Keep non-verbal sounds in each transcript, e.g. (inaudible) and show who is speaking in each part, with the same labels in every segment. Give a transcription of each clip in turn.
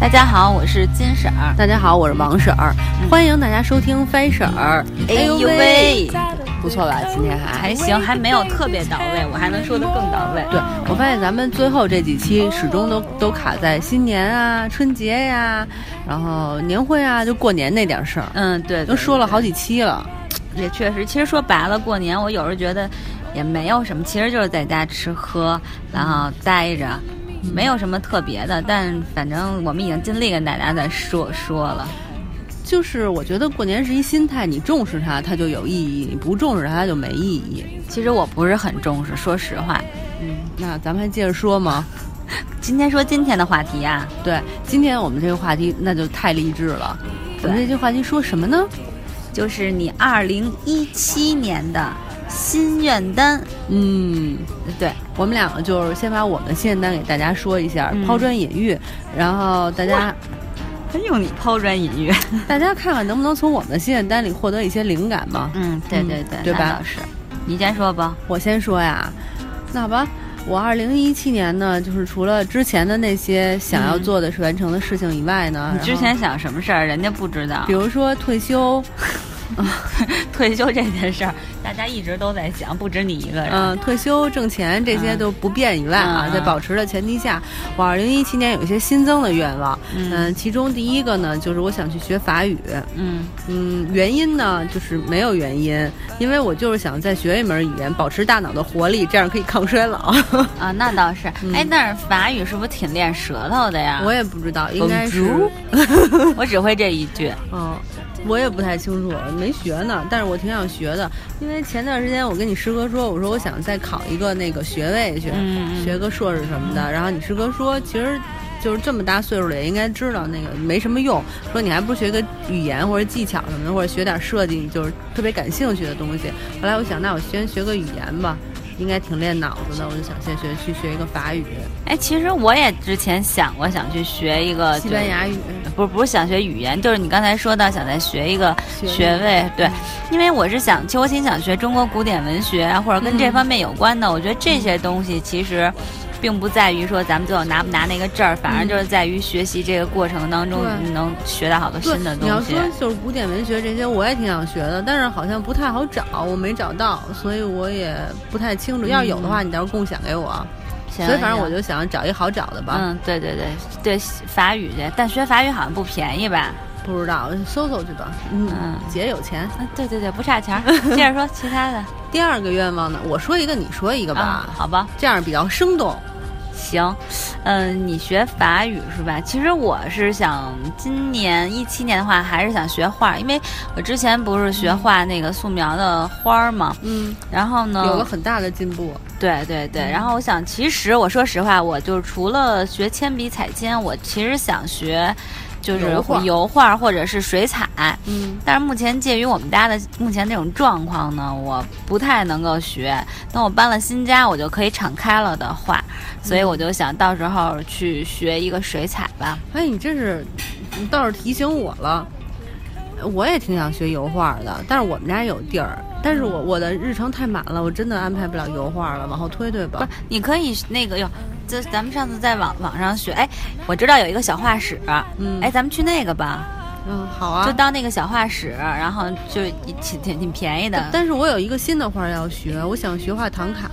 Speaker 1: 大家好，我是金婶儿。
Speaker 2: 大家好，我是王婶儿，欢迎大家收听翻婶儿。
Speaker 1: 嗯哎呦喂，哎
Speaker 2: 不错吧？今天还
Speaker 1: 还行，还没有特别到位，我还能说的更到位。
Speaker 2: 对，我发现咱们最后这几期始终都都卡在新年啊、春节呀、然后年会啊，就过年那点事儿，
Speaker 1: 嗯，对，
Speaker 2: 都说了好
Speaker 1: 几，
Speaker 2: 几期了。
Speaker 1: 也确实。其实说白了，过年我有时候觉得也没有什么，其实就是在家吃喝，然后待着。没有什么特别的，但反正我们已经尽力跟大家在说说了。
Speaker 2: 就是我觉得过年是一心态，你重视它，它就有意义；你不重视它，它就没意义。
Speaker 1: 其实我不是很重视，说实话。
Speaker 2: 那咱们还接着说吗？
Speaker 1: 今天说今天的话题啊，
Speaker 2: 对，今天我们这个话题那就太励志了。我们
Speaker 1: 对
Speaker 2: 这期话题说什么呢？
Speaker 1: 就是你二零一七年的心愿单。
Speaker 2: 嗯，
Speaker 1: 对，
Speaker 2: 我们两个就是先把我们的心愿单给大家说一下，
Speaker 1: 嗯
Speaker 2: 抛砖引玉，然后大家
Speaker 1: 还用哎你抛砖引玉？
Speaker 2: 大家看看能不能从我们的心愿单里获得一些灵感嘛。
Speaker 1: 嗯，对对对，
Speaker 2: 嗯对吧
Speaker 1: 那倒是，你先说吧。
Speaker 2: 我先说呀，那好吧，我二零一七年呢，就是除了之前的那些想要
Speaker 1: 嗯
Speaker 2: 做的、是完成的事情以外呢，
Speaker 1: 你
Speaker 2: 然
Speaker 1: 之
Speaker 2: 后
Speaker 1: 前想什么事儿，人家不知道
Speaker 2: 嗯比。如说退休，
Speaker 1: 退休这件事儿，大家一直都在想，不止你一个人。
Speaker 2: 嗯、退休挣钱这些
Speaker 1: 嗯
Speaker 2: 都不变以外啊，
Speaker 1: 嗯嗯
Speaker 2: 在保持的前提下，我二零一七年有一些新增的愿望，呃
Speaker 1: 嗯
Speaker 2: 其中第一个呢，就是我想去学法语，
Speaker 1: 嗯
Speaker 2: 嗯，原因呢，就是没有原因，因为我就是想再学一门语言，保持大脑的活力，这样可以抗衰老。
Speaker 1: 啊，那倒是。哎，但是法语是不是挺练舌头的呀？
Speaker 2: (laughs) 嗯我也不知道，应该是， (laughs)
Speaker 1: Bonjour 我只会这一句。
Speaker 2: 嗯，我也不太清楚，没学呢。但是我挺想学的，因为前段时间我跟你师哥说，我说我想再考一个那个学位去，
Speaker 1: 嗯
Speaker 2: 学个硕士什么的。然后你师哥说，其实。就是这么大岁数了，也应该知道那个没什么用。说你还不如学个语言或者技巧什么的，或者学点设计，就是特别感兴趣的东西。后来我想，那我先学个语言吧，应该挺练脑子的。我就想先学去学一个法语、
Speaker 1: 哎，其实我也之前想过想去学一个
Speaker 2: 西班，牙语。
Speaker 1: 就不是不是想学语言，就是你刚才说到想再学一个
Speaker 2: 学嗯位
Speaker 1: 学位，对，因为我是想，其实我挺想学中国古典文学啊，或者跟这方面有关的。
Speaker 2: 嗯
Speaker 1: 我觉得这些东西其实，并不在于说咱们最后拿不拿那个证儿，反而就是在于学习这个过程当中，
Speaker 2: 嗯对
Speaker 1: 你能学到好多
Speaker 2: 对
Speaker 1: 新的，东
Speaker 2: 你要
Speaker 1: 西
Speaker 2: 说。就是古典文学这些，我也挺想学的，但是好像不太好找，我没找到，所以我也不太清
Speaker 1: 嗯
Speaker 2: 楚。要是有的话，你到时候共享给我。
Speaker 1: 行
Speaker 2: 所以反正我
Speaker 1: 行
Speaker 2: 就想找一好找的吧，
Speaker 1: 嗯，对对对对，法语这，但学法语好像不便宜吧？
Speaker 2: 不知道搜搜去吧。
Speaker 1: 嗯
Speaker 2: 姐有钱。
Speaker 1: 啊，对对对，不差
Speaker 2: (laughs)
Speaker 1: 钱儿。接着说其他的
Speaker 2: 第二个愿望呢，我说一个，你说一个吧，
Speaker 1: 啊，好吧。
Speaker 2: 这样比较生动。
Speaker 1: 行，嗯，你学法语是吧？其实我是想今年一七年的话，还是想学画，因为我之前不是学画那个素描的花儿嘛，
Speaker 2: 嗯，
Speaker 1: 然后呢，
Speaker 2: 有了嗯很大的进步。
Speaker 1: 对对对，然后我想，其实我说实话，我就是除了学铅笔、彩铅，我其实想学。就是
Speaker 2: 油画
Speaker 1: 油画或者是水彩，
Speaker 2: 嗯
Speaker 1: 但是目前介于我们家的目前这种状况呢，我不太能够学。等我搬了新家，我就可以敞开了的画，所以我就想到时候去学一个水彩吧。
Speaker 2: 哎，你这是，你倒是提醒我了。我也挺想学油画的，但是我们家有地儿，但是我我的日程太满了，我真的安排不了油画了，往后推推
Speaker 1: 不
Speaker 2: 吧
Speaker 1: 是。，你可以那个哟，
Speaker 2: 嗯
Speaker 1: 这咱们上次在网网上学，哎，我知道有一个小画室，
Speaker 2: 嗯
Speaker 1: 哎，咱们去那个吧，
Speaker 2: 嗯，好
Speaker 1: 就
Speaker 2: 啊。
Speaker 1: 到那个小画室，然后就挺挺挺便宜的。
Speaker 2: 但是我有一个新的画要学，我想学画唐卡，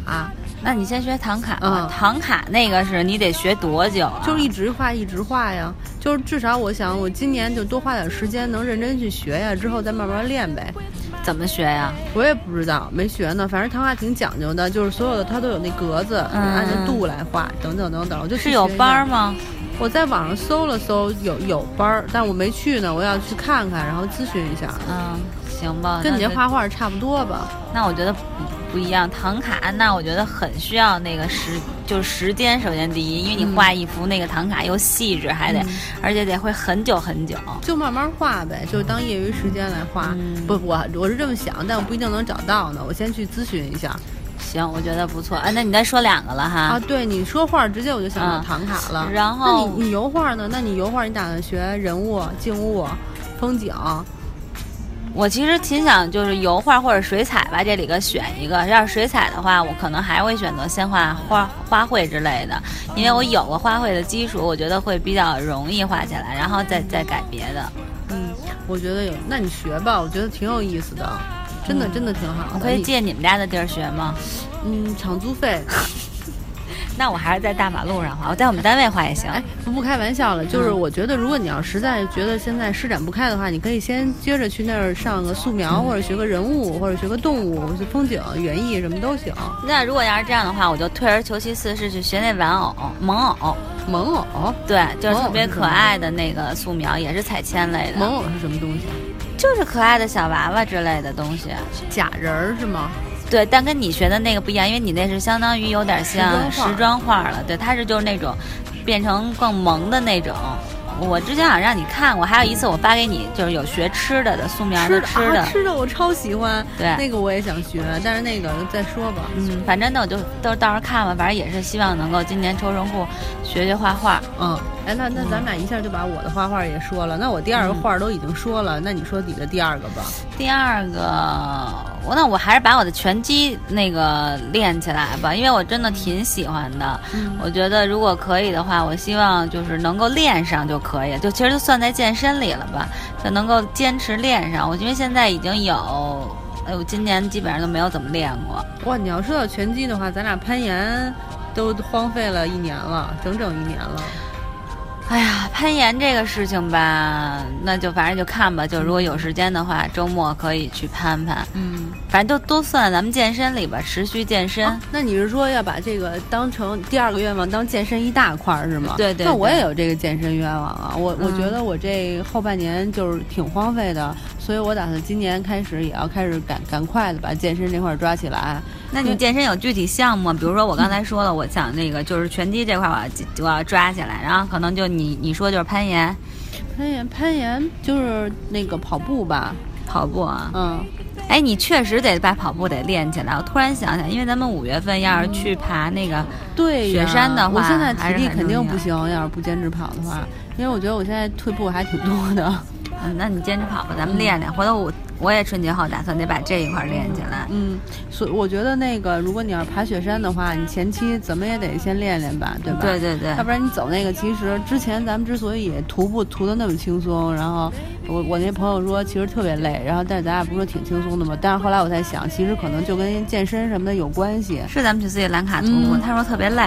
Speaker 1: 那你先学唐卡吧，
Speaker 2: 嗯
Speaker 1: 唐卡那个是你得学多久啊？
Speaker 2: 就是一直画一直画呀。就是至少我想，我今年就多花点时间，能认真去学呀，之后再慢慢练呗。
Speaker 1: 怎么学呀、
Speaker 2: 我也不知道，没学呢。反正唐画挺讲究的，就是所有的它都有那格子，
Speaker 1: 嗯
Speaker 2: 按照度来画，等等等等。我就是去
Speaker 1: 有
Speaker 2: 学一下
Speaker 1: 班儿吗？
Speaker 2: 我在网上搜了搜，有有班儿，但我没去呢，我要去看看，然后咨询一下，
Speaker 1: 嗯，行吧，
Speaker 2: 跟你
Speaker 1: 那
Speaker 2: 这
Speaker 1: 就
Speaker 2: 画画差不多吧。
Speaker 1: 那我觉得不不一样，唐卡那我觉得很需要那个时，就是时间。首先第一，因为你画一幅那个唐卡又细致，还得、而且得会很久很久。
Speaker 2: 就慢慢画呗，就当业余时间来画。不，我我是这么想，但我不一定能找到呢。我先去咨询一下
Speaker 1: 行，我觉得不错。哎、那你再说两个了哈。
Speaker 2: 啊。对，你说画，直接我就想
Speaker 1: 嗯
Speaker 2: 到唐卡了。
Speaker 1: 然后
Speaker 2: 那你你油画呢？那你油画你打算学人物、静物、风景？
Speaker 1: 我其实挺想就是油画或者水彩吧，这里个选一个。要是水彩的话，我可能还会选择先画花花卉之类的，因为我有了花卉的基础，我觉得会比较容易画起来，然后再再改别的。
Speaker 2: 嗯，我觉得有，那你学吧，我觉得挺有意思的，真的、真的挺好的。
Speaker 1: 我可以
Speaker 2: 你，
Speaker 1: 借你们家的地儿学吗？
Speaker 2: 嗯，场租费，
Speaker 1: 那我还是在大马路上画，我在我们单位画也行。
Speaker 2: 哎，不不开玩笑了，就是
Speaker 1: 嗯
Speaker 2: 我觉得，如果你要实在觉得现在施展不开的话，你可以先接着去那儿上个素描，或者学个人物，或者学个动物、就风景、园艺什么都行。
Speaker 1: 那如果要是这样的话，我就退而求其次，是去学那玩偶蒙偶，
Speaker 2: 蒙偶，
Speaker 1: 对，就是
Speaker 2: 蒙偶
Speaker 1: 特别
Speaker 2: 哦是什
Speaker 1: 可
Speaker 2: 么
Speaker 1: 爱的那个素描，也是彩铅类的，
Speaker 2: 蒙偶哦是什么东西？
Speaker 1: 就是可爱的小娃娃之类的东西。
Speaker 2: 假人儿是吗？
Speaker 1: 对，但跟你学的那个不一样，因为你那是相当于有点像
Speaker 2: 时装画
Speaker 1: 时装画了，对，它是就是那种变成更萌的那种。我之前好像让你看过，还有一次我发给你，就是有学吃的的素描
Speaker 2: 吃
Speaker 1: 的
Speaker 2: 的
Speaker 1: 吃的，
Speaker 2: 啊，吃的我超喜欢，
Speaker 1: 对
Speaker 2: 那个我也想学，但是那个再说吧。
Speaker 1: 嗯，反正那我就都到时候看吧，反正也是希望能够今年抽成库学学画画。
Speaker 2: 嗯，哎，那那咱们俩一下就把我的画画也说了，那我第二个
Speaker 1: 嗯
Speaker 2: 画都已经说了，那你说你的第二个吧。
Speaker 1: 第二个，我那我还是把我的拳击那个练起来吧，因为我真的挺喜欢的。
Speaker 2: 嗯，
Speaker 1: 我觉得如果可以的话，我希望就是能够练上就可以，就其实就算在健身里了吧，就能够坚持练上。我因为现在已经有，哎，我今年基本上都没有怎么练过。
Speaker 2: 哇，你要说到拳击的话，咱俩攀岩都荒废了一年了，整整一年了。
Speaker 1: 哎呀，攀岩这个事情吧，那就反正就看吧，就如果有时间的话，周末可以去攀攀，
Speaker 2: 嗯，
Speaker 1: 反正都都算在咱们健身里吧，持续健身。
Speaker 2: 哦那你是说要把这个当成第二个愿望，当健身一大块儿是吗？
Speaker 1: 对对
Speaker 2: 那
Speaker 1: 对
Speaker 2: 我也有这个健身愿望啊，我我
Speaker 1: 嗯
Speaker 2: 觉得我这后半年就是挺荒废的，所以我打算今年开始也要开始赶赶快的把健身这块儿抓起来。
Speaker 1: 那你健身有具体项目吗？比如说我刚才说了，我想那个就是拳击这块，我要记我要抓起来，然后可能就你你说就是攀岩、
Speaker 2: 攀岩，攀岩就是那个跑步吧，
Speaker 1: 跑步啊。
Speaker 2: 嗯，
Speaker 1: 哎，你确实得把跑步得练起来。我突然想想，因为咱们五月份要是去爬那个，
Speaker 2: 对呀
Speaker 1: 雪山的话
Speaker 2: 我现在
Speaker 1: 还
Speaker 2: 体
Speaker 1: 是
Speaker 2: 力
Speaker 1: 很
Speaker 2: 肯定
Speaker 1: 重要
Speaker 2: 不行，要是不坚持跑的话，因为我觉得我现在退步还挺多的。
Speaker 1: 嗯那你坚持跑吧，咱们练练。回头我我也春节后打算得把这一块练起来。
Speaker 2: 嗯，所以我觉得那个，如果你要是爬雪山的话，你前期怎么也得先练练吧，对吧？
Speaker 1: 对对对
Speaker 2: 要，不然你走那个，其实之前咱们之所以徒步徒的那么轻松，然后我我那朋友说其实特别累，然后但是咱俩不是说挺轻松的吗？但是后来我在想，其实可能就跟健身什么的有关系。
Speaker 1: 是咱们去斯里兰卡徒步，
Speaker 2: 嗯
Speaker 1: 他说特别累。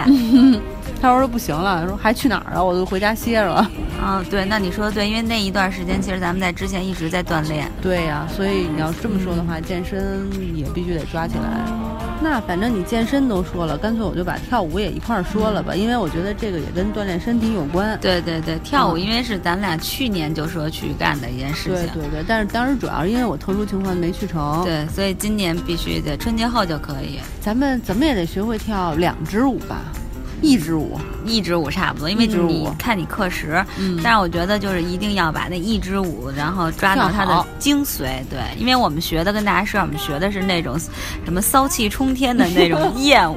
Speaker 2: 他说不行了，说还去哪儿啊？我就回家歇着了。
Speaker 1: 嗯，对，那你说的对，因为那一段时间其实咱们在之前一直在锻炼。
Speaker 2: 对呀、所以你要这么说的话，健身也必须得抓起来。那反正你健身都说了，干脆我就把跳舞也一块儿说了吧，因为我觉得这个也跟锻炼身体有关。
Speaker 1: 对对对，跳舞
Speaker 2: 嗯
Speaker 1: 因为是咱俩去年就说去干的一件事
Speaker 2: 对
Speaker 1: 情，
Speaker 2: 对对，但是当时主要是因为我特殊情况没去成。，
Speaker 1: 对所以今年必须得春节后就可以，
Speaker 2: 咱们怎么也得学会跳两支舞 (laughs) 吧，一支舞。
Speaker 1: 一支舞差不多，因为
Speaker 2: 一支舞
Speaker 1: 你看你课时，
Speaker 2: 嗯
Speaker 1: 但是我觉得就是一定要把那一支舞，然后抓到它
Speaker 2: 跳
Speaker 1: 的
Speaker 2: 好
Speaker 1: 精髓，对，因为我们学的跟大家说，我们学的是那种什么骚气冲天的那
Speaker 2: (laughs)
Speaker 1: 种艳舞，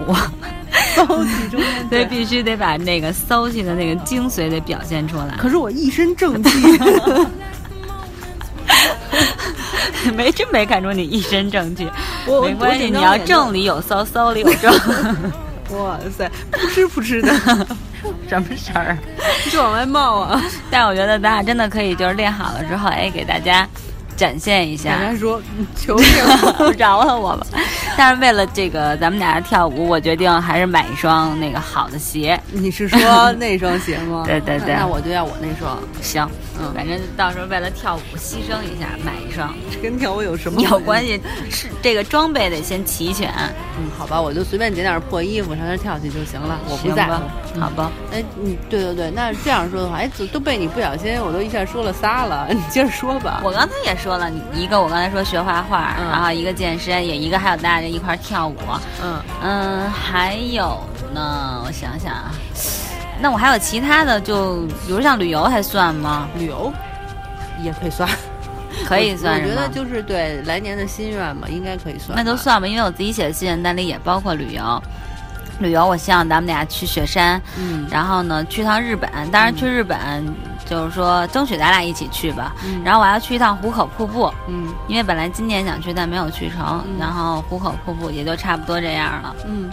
Speaker 2: 高级中 (laughs) 间
Speaker 1: 所以必须得把那个骚气的那个精髓得表现出来，
Speaker 2: 可是我一身正气，
Speaker 1: (laughs) 没真没看出你一身正气，
Speaker 2: 我
Speaker 1: 没关系，
Speaker 2: 我
Speaker 1: 你
Speaker 2: 整张
Speaker 1: 要
Speaker 2: 脸都
Speaker 1: 正里有骚，骚里有
Speaker 2: (laughs)
Speaker 1: 正，
Speaker 2: (laughs) 哇塞，扑哧扑哧 (laughs) 的，
Speaker 1: (laughs) 什么事儿？啊
Speaker 2: 就往外冒啊！
Speaker 1: 但我觉得咱俩真的可以，就是练好了之后，哎，给大家展现一
Speaker 2: 大
Speaker 1: 下。
Speaker 2: 家说，嗯求 (laughs) 求我。
Speaker 1: (laughs) 饶了我吧！但是为了这个咱们俩跳舞，我决定还是买一双那个好的鞋。？
Speaker 2: 你是说那双鞋 (laughs) 吗
Speaker 1: 对对对
Speaker 2: 那那我就要我那双，
Speaker 1: 行，
Speaker 2: 嗯
Speaker 1: 反正到时候为了跳舞牺牲一下，买一双
Speaker 2: 这跟跳舞有什么
Speaker 1: 有关
Speaker 2: 系？
Speaker 1: 系。是这个装备得先齐全，
Speaker 2: 嗯，好吧，我就随便捡点破衣服上那儿跳去就行了，我不
Speaker 1: 行
Speaker 2: 在
Speaker 1: 吧嗯
Speaker 2: 乎。
Speaker 1: 好吧？
Speaker 2: 哎，你对对对，那这样说的话，哎，都都被你不小心，我都一下说了仨了， (laughs) 你接着说吧。
Speaker 1: 我刚才也说了，你一个我刚才说学画画，
Speaker 2: 嗯
Speaker 1: 然后一个健身，也一个还有大家一块儿跳舞。
Speaker 2: 嗯，
Speaker 1: 嗯，还有呢，我想想啊，那我还有其他的就，比如像旅游还算吗？
Speaker 2: 旅游也可以 (laughs) 算，
Speaker 1: 可以算
Speaker 2: 我
Speaker 1: 是
Speaker 2: 觉
Speaker 1: 吗
Speaker 2: 得就是对来年的心愿嘛，应该可以算吧。
Speaker 1: 那就算吧，因为我自己写的信单里也包括旅游。旅游，我希望咱们俩去雪山，
Speaker 2: 嗯，
Speaker 1: 然后呢，去趟日本。当然，去日本就是说争取咱俩一起去吧。
Speaker 2: 嗯
Speaker 1: 然后我还要去一趟壶口瀑布，
Speaker 2: 嗯
Speaker 1: 因为本来今年想去，但没有去成。
Speaker 2: 嗯
Speaker 1: 然后壶口瀑布也就差不多这样了，
Speaker 2: 嗯，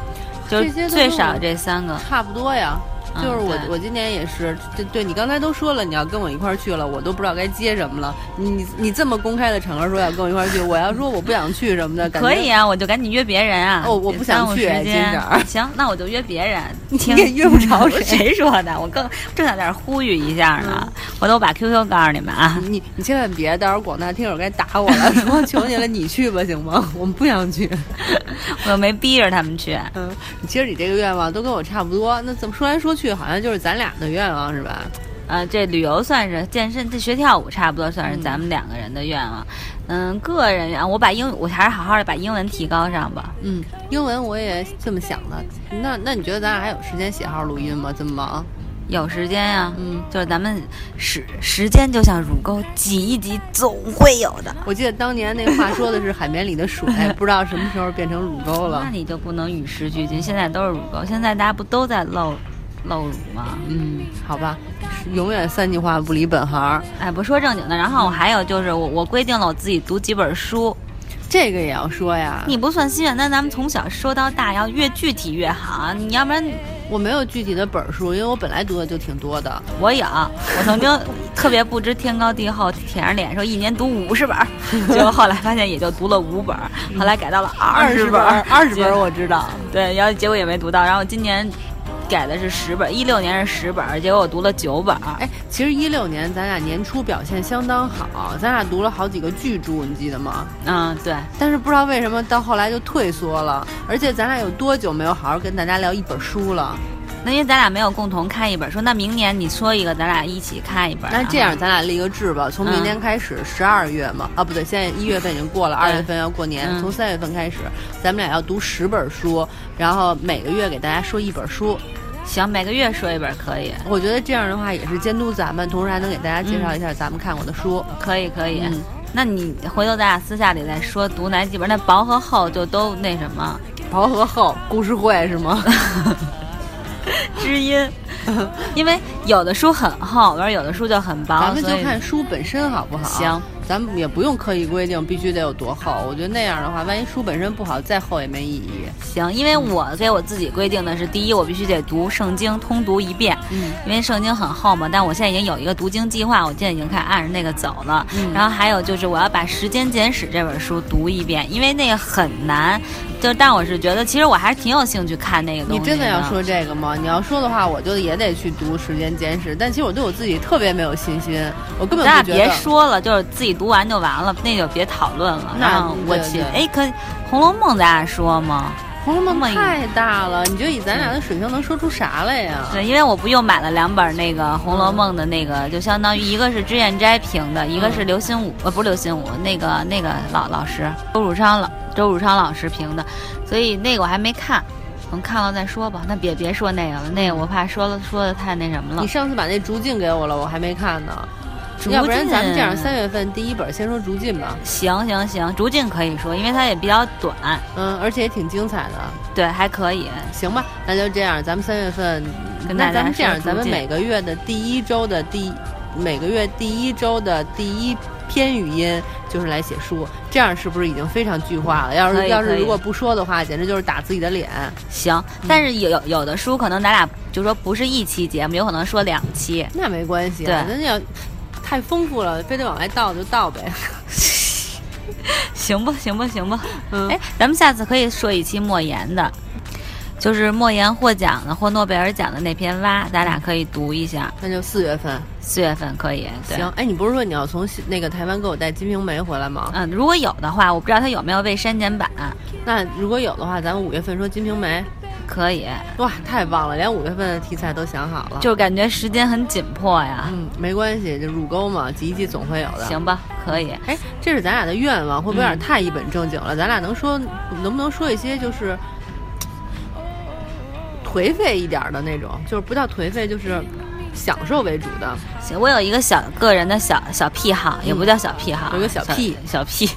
Speaker 1: 就
Speaker 2: 这些都是
Speaker 1: 最少
Speaker 2: 我
Speaker 1: 这三个。
Speaker 2: 差不多呀。
Speaker 1: 嗯
Speaker 2: 就是我
Speaker 1: 对，
Speaker 2: 我今年也是，对对你刚才都说了，你要跟我一块儿去了，我都不知道该接什么了。你你这么公开的场合说要跟我一块儿去，我要说我不想去什么的，感觉
Speaker 1: 可以啊，我就赶紧约别人啊！
Speaker 2: 哦我
Speaker 1: 得
Speaker 2: 不想
Speaker 1: 耽误
Speaker 2: 去
Speaker 1: 时
Speaker 2: 接
Speaker 1: 间
Speaker 2: 着
Speaker 1: (laughs) 行，那我就约别人。
Speaker 2: (laughs) 你
Speaker 1: 听嗯
Speaker 2: 也约不着谁嗯
Speaker 1: 谁说的？我更正想在这儿呼吁一下呢，我都把 QQ 告诉你们啊。
Speaker 2: (laughs) 你你千万别，到时候广大听友该打我了， (laughs) 说求你了，你去吧行吗？我们不想去。
Speaker 1: 我又没逼着他们去，
Speaker 2: 嗯，其实你这个愿望都跟我差不多。那怎么说来说去，好像就是咱俩的愿望是吧？
Speaker 1: 呃，这旅游算是健身，这学跳舞差不多算
Speaker 2: 嗯
Speaker 1: 是咱们两个人的愿望。嗯，个人愿望，我把英语，我还是好好的把英文提高上吧。
Speaker 2: 嗯，英文我也这么想的。那那你觉得咱俩还有时间写号录音吗？这么忙？
Speaker 1: 有时间呀、
Speaker 2: 嗯，
Speaker 1: 就是咱们时时间就像乳沟，挤一挤总会有的。
Speaker 2: 我记得当年那话说的是海绵里的水，不知道什么时候变成乳沟
Speaker 1: 那
Speaker 2: 了。
Speaker 1: 你就不能与时俱进，现在都是乳沟，现在大家不都在露露乳吗？
Speaker 2: 嗯，好吧，是永远三句话不离本行儿，
Speaker 1: 哎，不说正经的，然后我还有就是我我规定了我自己读几本书，
Speaker 2: 这个也要说呀。
Speaker 1: 你不算心愿单，咱们从小说到大，要越具体越好啊，你要不然
Speaker 2: 我没有具体的本儿数，因为我本来读的就挺多的。
Speaker 1: 我有，我曾经特别不知天高地厚，舔着脸说一年读五十本儿，结果后来发现也就读了五本儿，后来改到了 (laughs) 二
Speaker 2: 20
Speaker 1: 十
Speaker 2: 本儿
Speaker 1: 儿，
Speaker 2: 20本儿我
Speaker 1: 知道，对，然后结果也没读到，然后今年改的是十本儿，一六年是十本儿，结果我读了九本儿，
Speaker 2: 哎，其实一六年咱俩年初表现相当好，咱俩读了好几个巨著，你记得吗？
Speaker 1: 嗯，对，
Speaker 2: 但是不知道为什么到后来就退缩了，而且咱俩有多久没有好好跟大家聊一本书了？
Speaker 1: 那因为咱俩没有共同看一本儿，说那明年你说一个，咱俩一起看一本儿。
Speaker 2: 那这
Speaker 1: 啊
Speaker 2: 样，咱俩立个志吧，从明
Speaker 1: 嗯
Speaker 2: 年开始，十二月嘛，啊不对，现在一月份已经过了，二月份要过年，
Speaker 1: 嗯
Speaker 2: 从三月份开始，咱们俩要读十本书，然后每个月给大家说一本书。
Speaker 1: 行，每个月说一本儿可以，
Speaker 2: 我觉得这样的话也是监督咱们，同时还能给大家介绍一下咱们看过的书。
Speaker 1: 可以可以。
Speaker 2: 嗯 (laughs)
Speaker 1: 那你回头咱俩私下里再说读哪几本儿，那薄和厚就都那什
Speaker 2: (laughs)
Speaker 1: 么。
Speaker 2: 薄和厚故事会是吗？
Speaker 1: 知音，因为有的书很厚，而有的书就很薄，
Speaker 2: 咱们就
Speaker 1: 所以
Speaker 2: 看书本身好不好？啊
Speaker 1: 行，
Speaker 2: 咱们也不用刻意规定必须得有多厚。我觉得那样的话，万一书本身不好，再厚也没意义。
Speaker 1: 行，因为我给我自己规定的是，第一，我必须得读圣经通读一遍，
Speaker 2: 嗯
Speaker 1: 因为圣经很厚嘛。但我现在已经有一个读经计划，我现在已经开始按着那个走了。
Speaker 2: 嗯
Speaker 1: 然后还有就是，我要把《时间简史》这本书读一遍，因为那个很难。就但我是觉得，其实我还是挺有兴趣看那个东
Speaker 2: 你
Speaker 1: 西。嗯
Speaker 2: 真的要？说这个吗？你要说的话，我就也得去读《时间简史》，但其实我对我自己特别没有信心，我根本
Speaker 1: 咱俩
Speaker 2: 不觉得。
Speaker 1: 别说了，就是自己读完就完了，那就别讨论了。
Speaker 2: 那
Speaker 1: 然后我
Speaker 2: 对
Speaker 1: 去，
Speaker 2: 对
Speaker 1: 哎，可《红楼梦》咱俩说吗？
Speaker 2: 《红楼梦
Speaker 1: 那么》一
Speaker 2: 太大了，你觉得以咱俩的水平能说出啥来呀？
Speaker 1: 对，因为我不又买了两本那个《红楼梦》的那个，就相当于一个是脂砚斋评的，一个是刘心武，呃，不是刘心武，那个那个老老师周汝昌老周汝昌老师评的，所以那个我还没看，等看了再说吧。那别别说那个了，那个我怕说了说的太那什么了
Speaker 2: 你。上次把那竹进给我了，我还没看呢。
Speaker 1: 竹
Speaker 2: 要不然咱们这样，
Speaker 1: 进
Speaker 2: 三月份第一本先说竹进吧，
Speaker 1: 行行行，竹进可以说，因为它也比较短，
Speaker 2: 嗯，而且也挺精彩的。
Speaker 1: 对，还可以。
Speaker 2: 行吧，那就这样，咱们三月份，
Speaker 1: 跟
Speaker 2: 那
Speaker 1: 大家
Speaker 2: 咱们这样，
Speaker 1: 说
Speaker 2: 咱们
Speaker 1: 逐渐
Speaker 2: 每个月的第一周的第每个月第一周的第一篇语音就是来写书，这样是不是已经非常具化了？要
Speaker 1: 可
Speaker 2: 是
Speaker 1: 以
Speaker 2: 要是
Speaker 1: 可以
Speaker 2: 如果不说的话，简直就是打自己的脸。
Speaker 1: 行，
Speaker 2: 嗯
Speaker 1: 但是有有有的书可能咱俩就说不是一期节目，有可能说两期。
Speaker 2: 那没关系，
Speaker 1: 对
Speaker 2: 咱要太丰富了，非得往外倒就
Speaker 1: (laughs)
Speaker 2: 倒呗。哎
Speaker 1: 行吧，行吧，行吧。
Speaker 2: 嗯
Speaker 1: 哎，咱们下次可以说一期莫言的，就是莫言获奖的或诺贝尔奖的那篇《蛙》，咱俩可以读一下。
Speaker 2: 那就四月份
Speaker 1: 四月份可以，对
Speaker 2: 行。。哎，你不是说你要从西那个台湾给我带《金瓶梅》回来吗？
Speaker 1: 嗯，如果有的话，我不知道它有没有被删减版，
Speaker 2: 那如果有的话，咱们五月份说《金瓶梅
Speaker 1: 可以，》。
Speaker 2: 哇，太棒了，连五月份的题材都想好了。
Speaker 1: 就是感觉时间很紧迫呀。
Speaker 2: 嗯，没关系，就乳沟嘛，挤一挤总会有的。，
Speaker 1: 行吧，嗯可以。
Speaker 2: 哎，这是咱俩的愿望，会不会有点太一本正经了？咱俩能说，能不能说一些就是嘖颓废一点儿的那种？就是不叫颓废，就是享受为主的。
Speaker 1: 行我有一个小个人的小小癖好，也不叫小癖好啊，
Speaker 2: 嗯有一个小癖嗯
Speaker 1: 小癖，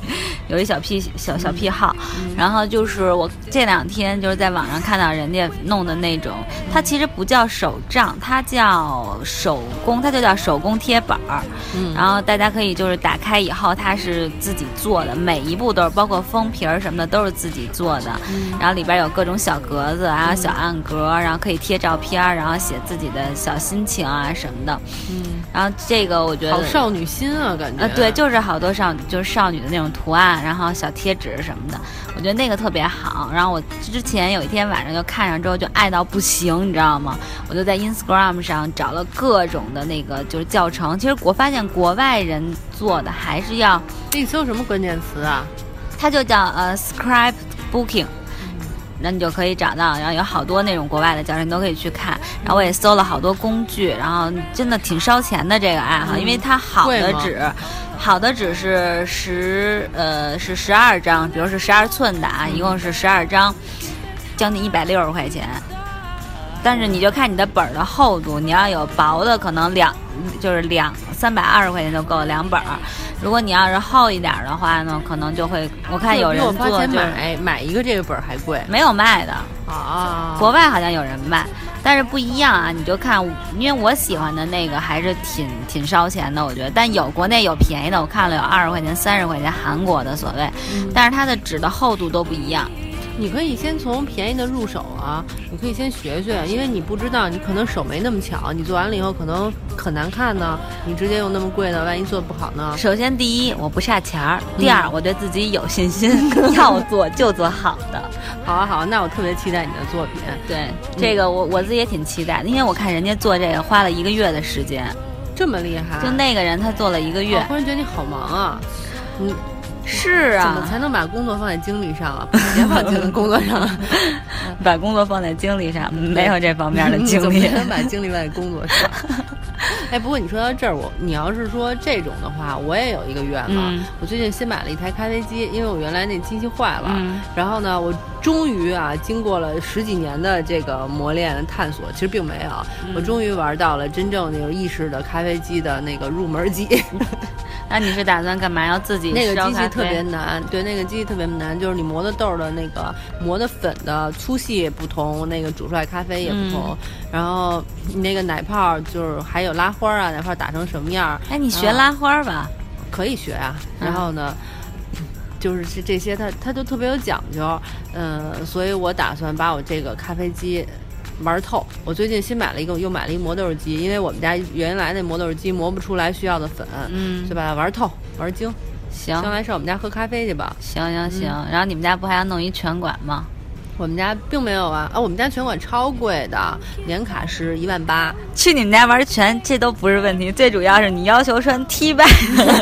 Speaker 1: 有一小癖小小癖好。然后就是我这两天就是在网上看到人家弄的那种，它其实不叫手账，它叫手工，它就叫手工贴板儿。
Speaker 2: 嗯
Speaker 1: 然后大家可以就是打开以后，它是自己做的，每一步都是，包括封皮儿什么的都是自己做的。
Speaker 2: 嗯
Speaker 1: 然后里边有各种小格子啊、小暗格，然后可以贴照片儿，然后写自己的小心情啊什么的。
Speaker 2: 嗯，
Speaker 1: 然后这个我觉得
Speaker 2: 好少女心啊，感觉。
Speaker 1: 啊，对，就是好多少就是少女的那种图案，然后小贴纸什么的，我觉得那个特别好。然后我之前有一天晚上就看上之后就爱到不行，你知道吗？我就在 Instagram 上找了各种的那个就是教程。其实我发现国外人做的还是要，
Speaker 2: 那搜什么关键词啊？
Speaker 1: 它就叫呃 scribe booking。那你就可以找到，然后有好多那种国外的教程，你都可以去看。然后我也搜了好多工具，然后真的挺烧钱的这个爱好，因为它好
Speaker 2: 贵
Speaker 1: 的
Speaker 2: 吗
Speaker 1: 纸，好的纸是十呃是十二张，比如是十二寸的啊，一共是十二张，将近一百六十块钱。但是你就看你的本儿的厚度，你要有薄的，可能两就是两三百二十块钱就够了两本儿。如果你要是厚一点儿的话呢，可能就会我看有人
Speaker 2: 就是比我
Speaker 1: 做
Speaker 2: 花钱
Speaker 1: 就是
Speaker 2: 买买一个这个本儿还贵
Speaker 1: 没有卖的，
Speaker 2: 啊
Speaker 1: 国外好像有人卖，但是不一样啊。你就看，因为我喜欢的那个还是挺挺烧钱的，我觉得。但有国内有便宜的，我看了有二十块钱、三十块钱，韩国的所谓，但是它的纸的厚度都不一样。
Speaker 2: 你可以先从便宜的入手啊，你可以先学学，因为你不知道，你可能手没那么巧，你做完了以后可能很难看呢，你直接用那么贵的，万一做不好呢？
Speaker 1: 首先，第一，我不差钱儿；
Speaker 2: 嗯
Speaker 1: 第二，我对自己有信
Speaker 2: (laughs)
Speaker 1: 心，要做就做好的。
Speaker 2: 好啊好啊，那我特别期待你的作品。
Speaker 1: 对，这个我我自己也挺期待的，因为我看人家做这个花了一个月的时间，
Speaker 2: 这么厉害，
Speaker 1: 就那个人他做了一个
Speaker 2: 我
Speaker 1: 月。
Speaker 2: 忽然觉得你好忙啊，你
Speaker 1: 是
Speaker 2: 怎么
Speaker 1: 啊，
Speaker 2: 才能把工作放在精力上啊？
Speaker 1: (laughs)
Speaker 2: 别放精工作上啊了，
Speaker 1: 把工作放在精力上，没有这方面
Speaker 2: (laughs)
Speaker 1: 的精
Speaker 2: 怎么
Speaker 1: 力
Speaker 2: 才。能把精力放在工作上？
Speaker 1: (laughs)
Speaker 2: 哎，不过你说到这儿，我你要是说这种的话，我也有一个愿望。
Speaker 1: 嗯
Speaker 2: 我最近新买了一台咖啡机，因为我原来那机器坏了。
Speaker 1: 嗯
Speaker 2: 然后呢，我终于啊，经过了十几年的这个磨练探索，其实并没有，
Speaker 1: 嗯
Speaker 2: 我终于玩到了真正那种意式的咖啡机的那个入门机。
Speaker 1: 那你是打算干嘛？要自己
Speaker 2: 那个
Speaker 1: 烧
Speaker 2: 机器
Speaker 1: 咖
Speaker 2: 特别
Speaker 1: 啡
Speaker 2: 难，对，那个机器特别难，就是你磨的豆儿的那个磨的粉的粗细也不同，那个煮出来咖啡也不同，
Speaker 1: 嗯
Speaker 2: 然后你那个奶泡儿就是还有拉花儿啊，奶泡儿打成什么样儿
Speaker 1: 哎，你学拉花吧，
Speaker 2: 可以学啊，
Speaker 1: 嗯
Speaker 2: 然后呢。就是这这些它，它就特别有讲究，嗯，所以我打算把我这个咖啡机玩透。我最近新买了一个，又买了一磨豆机，因为我们家原来那磨豆机磨不出来需要的粉，
Speaker 1: 嗯
Speaker 2: 就，把它玩透玩精。
Speaker 1: 行
Speaker 2: 将来上我们家喝咖啡去吧。
Speaker 1: 行行行。然后你们家不还要弄一拳馆吗？
Speaker 2: 我们家并没有啊，啊，我们家拳馆超贵的，年卡是一万八。
Speaker 1: 去你们家玩拳，这都不是问题，最主要是你要求穿 T 恤、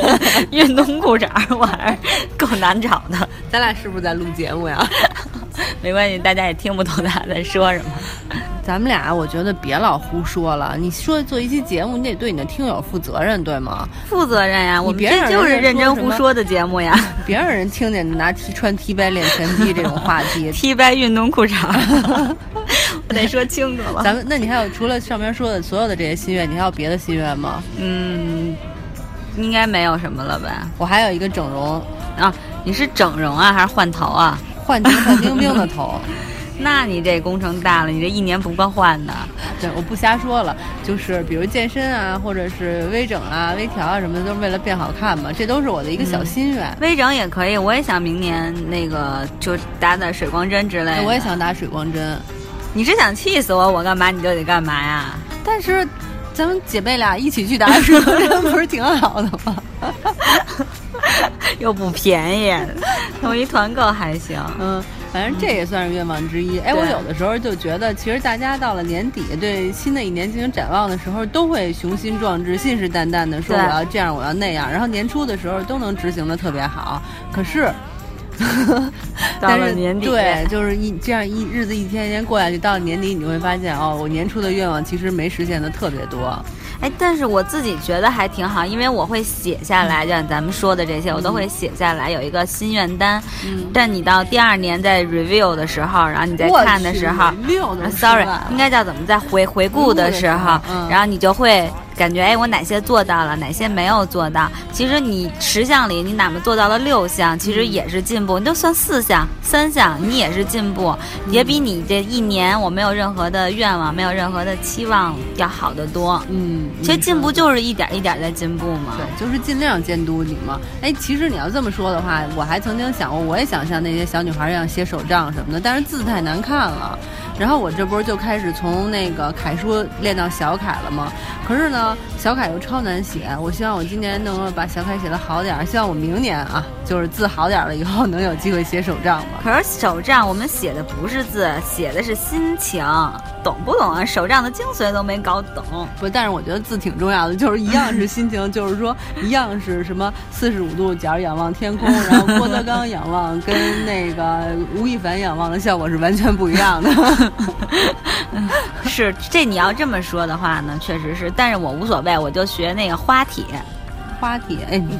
Speaker 1: (laughs) 运动裤衩儿玩，够难找的。
Speaker 2: 咱俩是不是在录节目呀？
Speaker 1: (laughs) 没关系，大家也听不懂他在说什么。
Speaker 2: 咱们俩，我觉得别老胡说了。你说做一期节目，你得对你的听友负责任，对吗？
Speaker 1: 负责任呀，我们
Speaker 2: 别
Speaker 1: 这
Speaker 2: 让
Speaker 1: 就是
Speaker 2: 人家
Speaker 1: 认真
Speaker 2: 说什
Speaker 1: 胡
Speaker 2: 么
Speaker 1: 说的节目呀。
Speaker 2: 别让人听见你拿踢穿踢白练拳击这种话
Speaker 1: (laughs)
Speaker 2: 题。
Speaker 1: T 恤、运动裤衩 (laughs) 儿，我得说清楚了。
Speaker 2: 咱们，那你还有除了上面说的所有的这些心愿，你还有别的心愿吗？
Speaker 1: 嗯，应该没有什么了吧？
Speaker 2: 我还有一个整容，
Speaker 1: 啊，你是整容啊，还是换头啊？
Speaker 2: 换成范冰冰的头。
Speaker 1: 那你这工程大了，你这一年不够换的。
Speaker 2: 对，我不瞎说了，就是比如健身啊，或者是微整啊、微调啊什么的，都是为了变好看嘛，这都是我的一个小心愿。
Speaker 1: 微整也可以，我也想明年那个就打打水光针之类
Speaker 2: 哎
Speaker 1: 的。
Speaker 2: 我也，想打水光针，
Speaker 1: 你是想气死我，我干嘛你就得干嘛呀？ (laughs)
Speaker 2: 但是咱们姐妹俩一起去打水光针，不是挺好的吗？
Speaker 1: 又不便宜，
Speaker 2: (laughs)
Speaker 1: 弄一团购还行。
Speaker 2: 嗯，反正这也算是愿望之一。哎，我
Speaker 1: 对
Speaker 2: 有的时候就觉得，其实大家到了年底，对新的一年进行展望的时候，都会雄心壮志、信誓旦旦的说
Speaker 1: 对
Speaker 2: 我要这样，我要那样，然后年初的时候都能执行的特别好。可是。
Speaker 1: (laughs) 到
Speaker 2: 但
Speaker 1: 了
Speaker 2: 是
Speaker 1: 年底
Speaker 2: 对，就是一这样一日子一天一天过下去，到了年底你会发现哦，我年初的愿望其实没实现的特别多。
Speaker 1: 哎，但是我自己觉得还挺好，因为我会写下来，就像咱们说的这些，我都会写下来，有一个心愿单。
Speaker 2: 嗯
Speaker 1: 但你到第二年在 review 的时候，然后你再看的时候，
Speaker 2: 六
Speaker 1: 啊啊，sorry，应该叫怎么在回回顾的时候
Speaker 2: 回顾的时候，嗯
Speaker 1: 然后你就会感觉哎，我哪些做到了，哪些没有做到。其实你十项里，你哪怕做到了六项，其实也是进步。你就算四项、三项，你也是进步，也比你这一年我没有任何的愿望、没有任何的期望要好得多。
Speaker 2: 嗯，
Speaker 1: 其实进步就是一点一点在进步嘛。
Speaker 2: 对，就是尽量监督你嘛。哎，其实你要这么说的话，我还曾经想过，我也想像那些小女孩一样写手账什么的，但是字太难看了。然后我这不是就开始从那个楷书练到小楷了吗？可是呢，小楷又超难写。我希望我今年能够把小楷写得好点儿，希望我明年啊，就是字好点儿了以后能有机会写手账吧。
Speaker 1: 可是手账我们写的不是字，写的是心情，懂不懂啊？手账的精髓都没搞懂。
Speaker 2: 不，但是我觉得字挺重要的，就是一样是心情，就是说一样是什么四十五度角仰望天空，然后郭德纲仰望跟那个吴亦凡仰望的效果是完全不一样的。
Speaker 1: (laughs) 是，这你要这么说的话呢，确实是，但是我无所谓，我就学那个花帖，
Speaker 2: 花帖，哎，你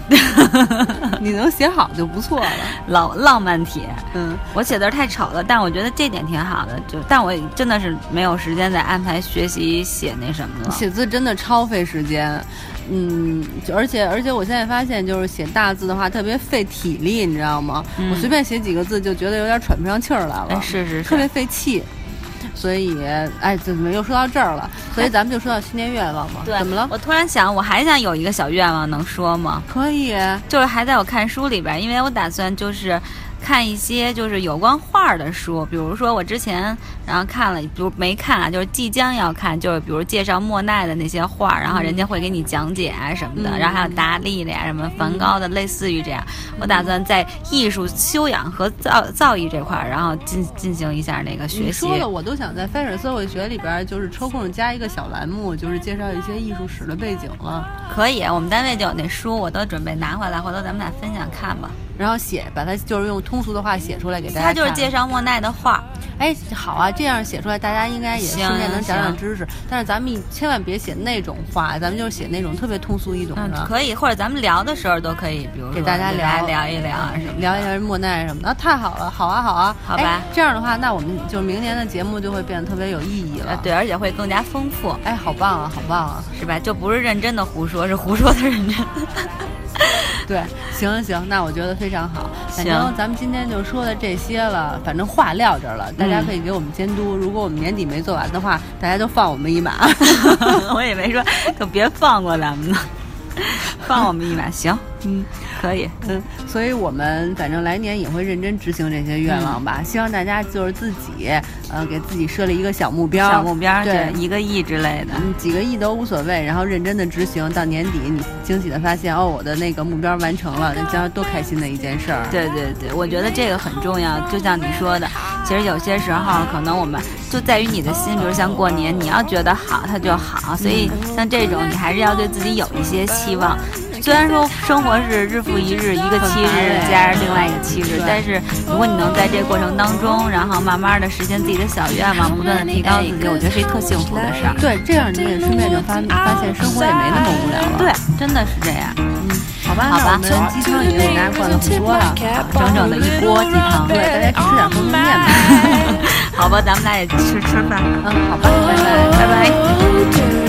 Speaker 2: 你能写好就不错了。
Speaker 1: 老浪漫帖。
Speaker 2: 嗯，
Speaker 1: 我写字儿太丑了，但我觉得这点挺好的，就但我真的是没有时间再安排学习写那什么了。
Speaker 2: 写字真的超费时间。嗯，就而且而且我现在发现，就是写大字的话特别费体力，你知道吗？
Speaker 1: 嗯
Speaker 2: 我随便写几个字就觉得有点喘不上气儿来了。
Speaker 1: 哎，是是
Speaker 2: 特别
Speaker 1: 是，
Speaker 2: 费气。所以，哎，怎么又说到这儿了？所以咱们就说到新年愿望吧。
Speaker 1: (laughs) 对，
Speaker 2: 怎么了？
Speaker 1: 我突然想，我还想有一个小愿望，能说吗？
Speaker 2: 可以，
Speaker 1: 就是还在我看书里边儿，因为我打算就是看一些就是有关画儿的书，比如说我之前然后看了，比如没看啊，就是即将要看，就是比如介绍莫奈的那些画儿，然后人家会给你讲解啊什么的，
Speaker 2: 嗯
Speaker 1: 然后还有达利的呀、什么梵高的，类似于这样。我打算在艺术修养和造造诣这块儿，然后进进行一下那个学
Speaker 2: 你
Speaker 1: 习。
Speaker 2: 说了，我都想在翻转社会学里边，就是抽空加一个小栏目，就是介绍一些艺术史的背景了，
Speaker 1: 可以，我们单位就有那书，我都准备拿回来，回头咱们俩分享看吧。
Speaker 2: 然后写，把它就是用通俗的话写出来给大家
Speaker 1: 它
Speaker 2: 看。
Speaker 1: 就是介绍莫奈的画儿。
Speaker 2: 哎，好啊，这样写出来，大家应该也顺
Speaker 1: 行
Speaker 2: 便能长长
Speaker 1: 行
Speaker 2: 知识。但是咱们千万别写那种话，咱们就是写那种特别通俗易懂的。
Speaker 1: 嗯，可以，或者咱们聊的时候都可以，比如说
Speaker 2: 给大家
Speaker 1: 跟
Speaker 2: 聊嗯
Speaker 1: 聊一聊啊什么的。
Speaker 2: 聊一下莫奈什么的，啊太好了，好啊，好啊，
Speaker 1: 好吧
Speaker 2: 哎这样的话，那我们就明年的节目就会变得特别有意义了
Speaker 1: 呃，。，对，而且会更加丰富，
Speaker 2: 哎，好棒啊，好棒啊！
Speaker 1: 是吧？就不是认真的胡说，是胡说的认真。 (laughs)
Speaker 2: 对，行行行，那我觉得非常好。反
Speaker 1: 行
Speaker 2: 正咱们今天就说的这些了，反正话撂这儿了，大家可以给我们监
Speaker 1: 嗯
Speaker 2: 督。如果我们年底没做完的话，大家就放我们一马。 (laughs)
Speaker 1: 我也没说，可别放过咱们了，放我们一马。行，
Speaker 2: 嗯
Speaker 1: 可以。
Speaker 2: 嗯，所以我们反正来年也会认真执行这些愿望
Speaker 1: 嗯
Speaker 2: 吧。希望大家就是自己呃给自己设立一个小目标，
Speaker 1: 小目标
Speaker 2: 对
Speaker 1: 对一个亿之类的，
Speaker 2: 嗯，几个亿都无所谓，然后认真的执行，到年底你惊喜的发现，哦，我的那个目标完成了，那将多开心的一件事儿。
Speaker 1: 对对对，我觉得这个很重要。就像你说的，其实有些时候可能我们就在于你的心，比如像过年，你要觉得好，它就好。所以像这种，你还是要对自己有一些期望。虽然说生活是日复一日，一个七日加上另外一个七日
Speaker 2: 对，
Speaker 1: 但是如果你能在这个过程当中，然后慢慢的实现自己的小愿望，不断的提高自己，我觉得是一特幸福的事儿。
Speaker 2: 对，这样你也顺便就发发现生活也没那么无聊了。
Speaker 1: 哎对，真的是这样。
Speaker 2: 好吧，
Speaker 1: 好吧
Speaker 2: 那我们鸡汤已经给大家灌了很多了，
Speaker 1: 整整的一锅鸡汤
Speaker 2: 对，大家吃点方便面吧。
Speaker 1: 好吧，咱们俩也吃吃饭。 (laughs)
Speaker 2: 嗯，好吧，拜拜。
Speaker 1: 拜拜。
Speaker 3: Oh, do